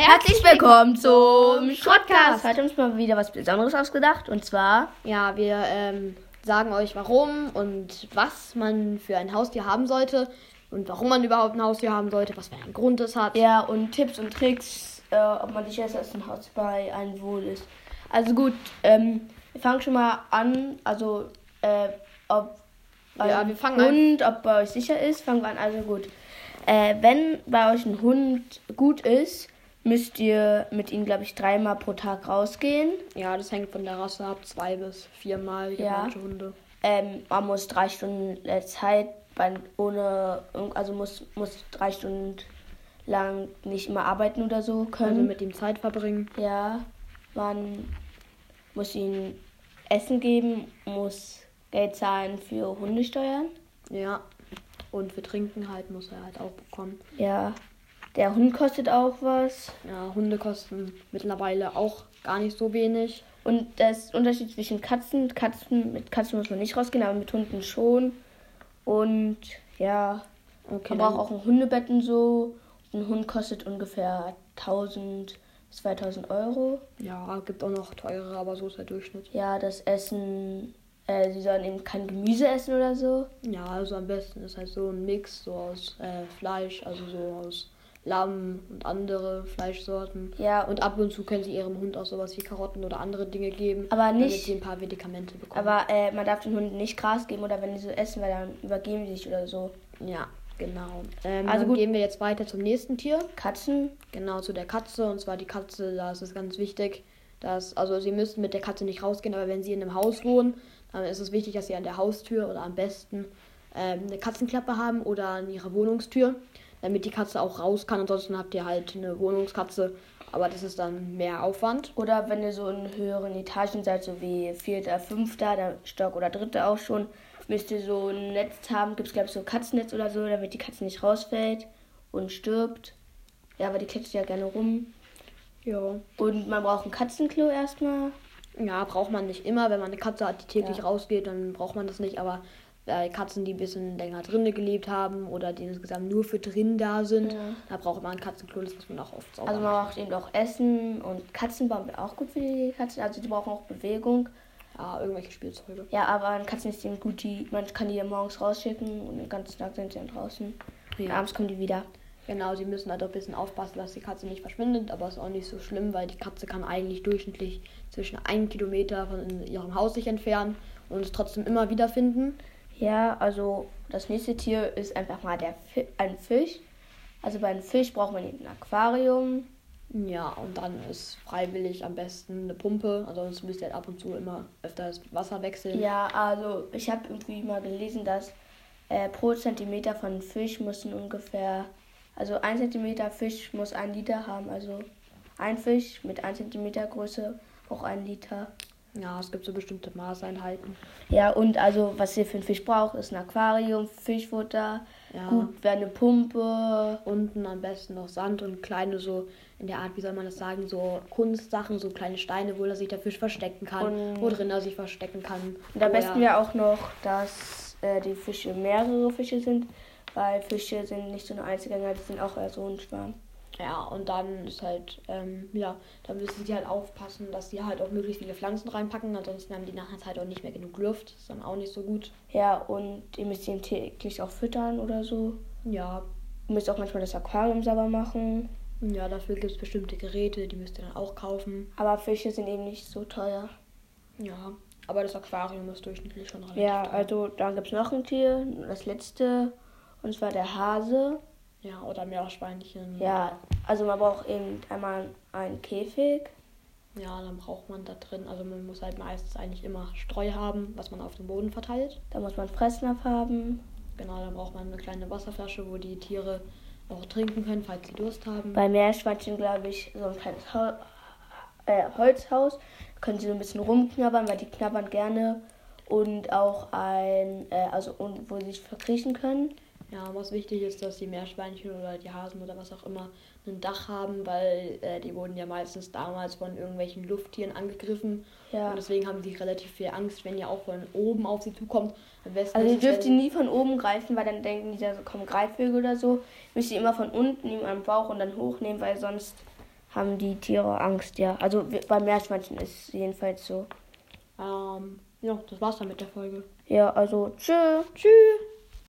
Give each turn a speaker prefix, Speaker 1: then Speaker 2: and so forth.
Speaker 1: Herzlich willkommen zum Schrottcast.
Speaker 2: Heute haben wir uns mal wieder was Besonderes ausgedacht und zwar
Speaker 1: Ja, wir ähm, sagen euch, warum und was man für ein Haustier haben sollte und warum man überhaupt ein Haustier haben sollte, was für einen Grund es hat.
Speaker 2: ja und Tipps und Tricks, äh, ob man sicher ist, dass ein Haus bei einem wohl ist. Also gut, ähm, wir fangen schon mal an, also äh, ob bei
Speaker 1: Ja,
Speaker 2: einem
Speaker 1: wir fangen
Speaker 2: Hund, ob bei euch sicher ist, fangen wir an. Also gut, äh, wenn bei euch ein Hund gut ist, müsst ihr mit ihm glaube ich dreimal pro Tag rausgehen.
Speaker 1: Ja, das hängt von der Rasse ab, zwei bis viermal
Speaker 2: Ja.
Speaker 1: manche Hunde.
Speaker 2: Ähm, man muss drei Stunden äh, Zeit bei, ohne irg- also muss muss drei Stunden lang nicht immer arbeiten oder so können.
Speaker 1: Also mit ihm Zeit verbringen.
Speaker 2: ja, man muss ihnen Essen geben, muss Geld zahlen für Hundesteuern.
Speaker 1: Ja. Und für Trinken halt muss er halt auch bekommen.
Speaker 2: Ja, der Hund kostet auch was.
Speaker 1: Ja, Hunde kosten mittlerweile auch gar nicht so wenig.
Speaker 2: Und das Unterschied zwischen Katzen, Katzen mit Katzen muss man nicht rausgehen, aber mit Hunden schon. Und ja,
Speaker 1: Okay,
Speaker 2: Man
Speaker 1: dann-
Speaker 2: braucht auch ein Hundebett und so. Ein Hund kostet ungefähr 1000 bis 2000 Euro.
Speaker 1: Ja, gibt auch noch teurere, aber so ist der Durchschnitt.
Speaker 2: Ja, das Essen, äh, sie sollen eben kein Gemüse essen oder so.
Speaker 1: Ja, also am besten ist halt so ein Mix so aus äh, Fleisch, also so aus Lamm und andere Fleischsorten.
Speaker 2: Ja, und
Speaker 1: Und ab und zu können sie ihrem Hund auch sowas wie Karotten oder andere Dinge geben,
Speaker 2: Aber
Speaker 1: damit
Speaker 2: nicht-
Speaker 1: sie ein paar Medikamente bekommen.
Speaker 2: aber äh, man darf den Hunden nicht Gras geben oder wenn die so essen, weil dann übergeben die sich oder so.
Speaker 1: ja, genau.
Speaker 2: Also
Speaker 1: Ähm, also dann
Speaker 2: gut.
Speaker 1: gehen wir jetzt weiter zum nächsten Tier,
Speaker 2: Katzen,
Speaker 1: genau zu der Katze. Und zwar die Katze, da ist es ganz wichtig, dass, also sie müssen mit der Katze nicht rausgehen, aber wenn sie in einem Haus wohnen, dann ist es wichtig, dass sie an der Haustür oder am besten ähm, eine Katzenklappe haben oder an ihrer Wohnungstür, damit die Katze auch raus kann. Ansonsten habt ihr halt eine Wohnungskatze, aber das ist dann mehr Aufwand.
Speaker 2: oder wenn ihr so in höheren Etagen seid, so wie vierter, fünfter der Stock oder dritter auch schon, müsst ihr so ein Netz haben. Gibt es, glaube ich, so ein Katzennetz oder so, damit die Katze nicht rausfällt und stirbt. Ja, aber die klettert ja gerne rum.
Speaker 1: Ja.
Speaker 2: Und man braucht ein Katzenklo erstmal.
Speaker 1: Ja, braucht man nicht immer. Wenn man eine Katze hat, die täglich
Speaker 2: Ja.
Speaker 1: rausgeht, dann braucht man das nicht. Aber bei Katzen, die ein bisschen länger drinnen gelebt haben oder die insgesamt nur für drin da sind,
Speaker 2: Ja.
Speaker 1: da braucht man ein Katzenklo, das muss man auch oft sauber
Speaker 2: Also
Speaker 1: machen.
Speaker 2: man braucht eben auch Essen und Katzenbaum wäre auch gut für die Katzen. Also die brauchen auch Bewegung.
Speaker 1: Ja, Ah, irgendwelche Spielzeuge.
Speaker 2: Ja, aber an Katzen ist eben gut, die, man kann die ja morgens rausschicken und den ganzen Tag sind sie dann draußen. Und
Speaker 1: Ja.
Speaker 2: abends kommen die wieder.
Speaker 1: Genau, sie müssen halt auch ein bisschen aufpassen, dass die Katze nicht verschwindet, aber ist auch nicht so schlimm, weil die Katze kann eigentlich durchschnittlich zwischen einem Kilometer von ihrem Haus sich entfernen und es trotzdem immer wieder finden.
Speaker 2: Ja, also das nächste Tier ist einfach mal der Fi ein Fisch. Also bei einem Fisch braucht man eben ein Aquarium.
Speaker 1: Ja, und dann ist freiwillig am besten eine Pumpe. Ansonsten müsst ihr halt ab und zu immer öfter das Wasser wechseln.
Speaker 2: Ja, also ich habe irgendwie mal gelesen, dass äh, pro Zentimeter von Fisch müssen ungefähr, also ein Zentimeter Fisch muss ein Liter haben. Also ein Fisch mit ein Zentimeter Größe braucht ein Liter.
Speaker 1: Ja, es gibt so bestimmte Maßeinheiten.
Speaker 2: Ja, und also was ihr für einen Fisch braucht, ist ein Aquarium, Fischfutter,
Speaker 1: Ja.
Speaker 2: gut wäre eine Pumpe.
Speaker 1: Unten am besten noch Sand und kleine so, in der Art, wie soll man das sagen, so Kunstsachen, so kleine Steine, wo da sich der Fisch verstecken kann,
Speaker 2: Und-
Speaker 1: wo drin er sich verstecken kann.
Speaker 2: Und am
Speaker 1: wo
Speaker 2: besten
Speaker 1: er-
Speaker 2: wäre auch noch, dass äh, die Fische mehrere Fische sind, weil Fische sind nicht so eine Einzelgänger, die sind auch eher so ein Schwarm.
Speaker 1: Ja, und dann ist halt, ähm, ja, dann müssen sie halt aufpassen, dass sie halt auch möglichst viele Pflanzen reinpacken, ansonsten haben die nachher halt auch nicht mehr genug Luft. Ist dann auch nicht so gut.
Speaker 2: Ja, und ihr müsst ihn täglich auch füttern oder so.
Speaker 1: Ja,
Speaker 2: Ihr müsst auch manchmal das Aquarium sauber machen.
Speaker 1: ja, dafür gibt es bestimmte Geräte, die müsst ihr dann auch kaufen.
Speaker 2: Aber Fische sind eben nicht so teuer.
Speaker 1: Ja, aber das Aquarium ist durchschnittlich schon relativ
Speaker 2: Ja,
Speaker 1: teuer.
Speaker 2: also dann gibt es noch ein Tier, das letzte, und zwar der Hase.
Speaker 1: Ja, oder Meerschweinchen.
Speaker 2: Ja, also man braucht eben einmal einen Käfig.
Speaker 1: Ja, dann braucht man da drin, also man muss halt meistens eigentlich immer Streu haben, was man auf dem Boden verteilt.
Speaker 2: Da muss man Fressen abhaben.
Speaker 1: Genau, dann braucht man eine kleine Wasserflasche, wo die Tiere auch trinken können, falls sie Durst haben.
Speaker 2: Bei Meerschweinchen, glaube ich, so ein kleines Hol äh, Holzhaus. Können sie so ein bisschen rumknabbern, weil die knabbern gerne. Und auch ein, äh, also und wo sie sich verkriechen können.
Speaker 1: Ja, und was wichtig ist, dass die Meerschweinchen oder die Hasen oder was auch immer ein Dach haben, weil äh, die wurden ja meistens damals von irgendwelchen Lufttieren angegriffen.
Speaker 2: Ja.
Speaker 1: Und deswegen haben sie relativ viel Angst, wenn ihr auch von oben auf sie zukommt. Am besten
Speaker 2: Also ihr
Speaker 1: ist es,
Speaker 2: dürft
Speaker 1: wenn-
Speaker 2: ihn nie von oben greifen, weil dann denken die, da kommen Greifvögel oder so. Müsst ihr immer von unten ihm am Bauch und dann hochnehmen, weil sonst haben die Tiere Angst, ja. Also wir- bei Meerschweinchen ist es jedenfalls so.
Speaker 1: Ähm, ja, das war's dann mit der Folge.
Speaker 2: Ja, also tschö.
Speaker 1: Tschüss.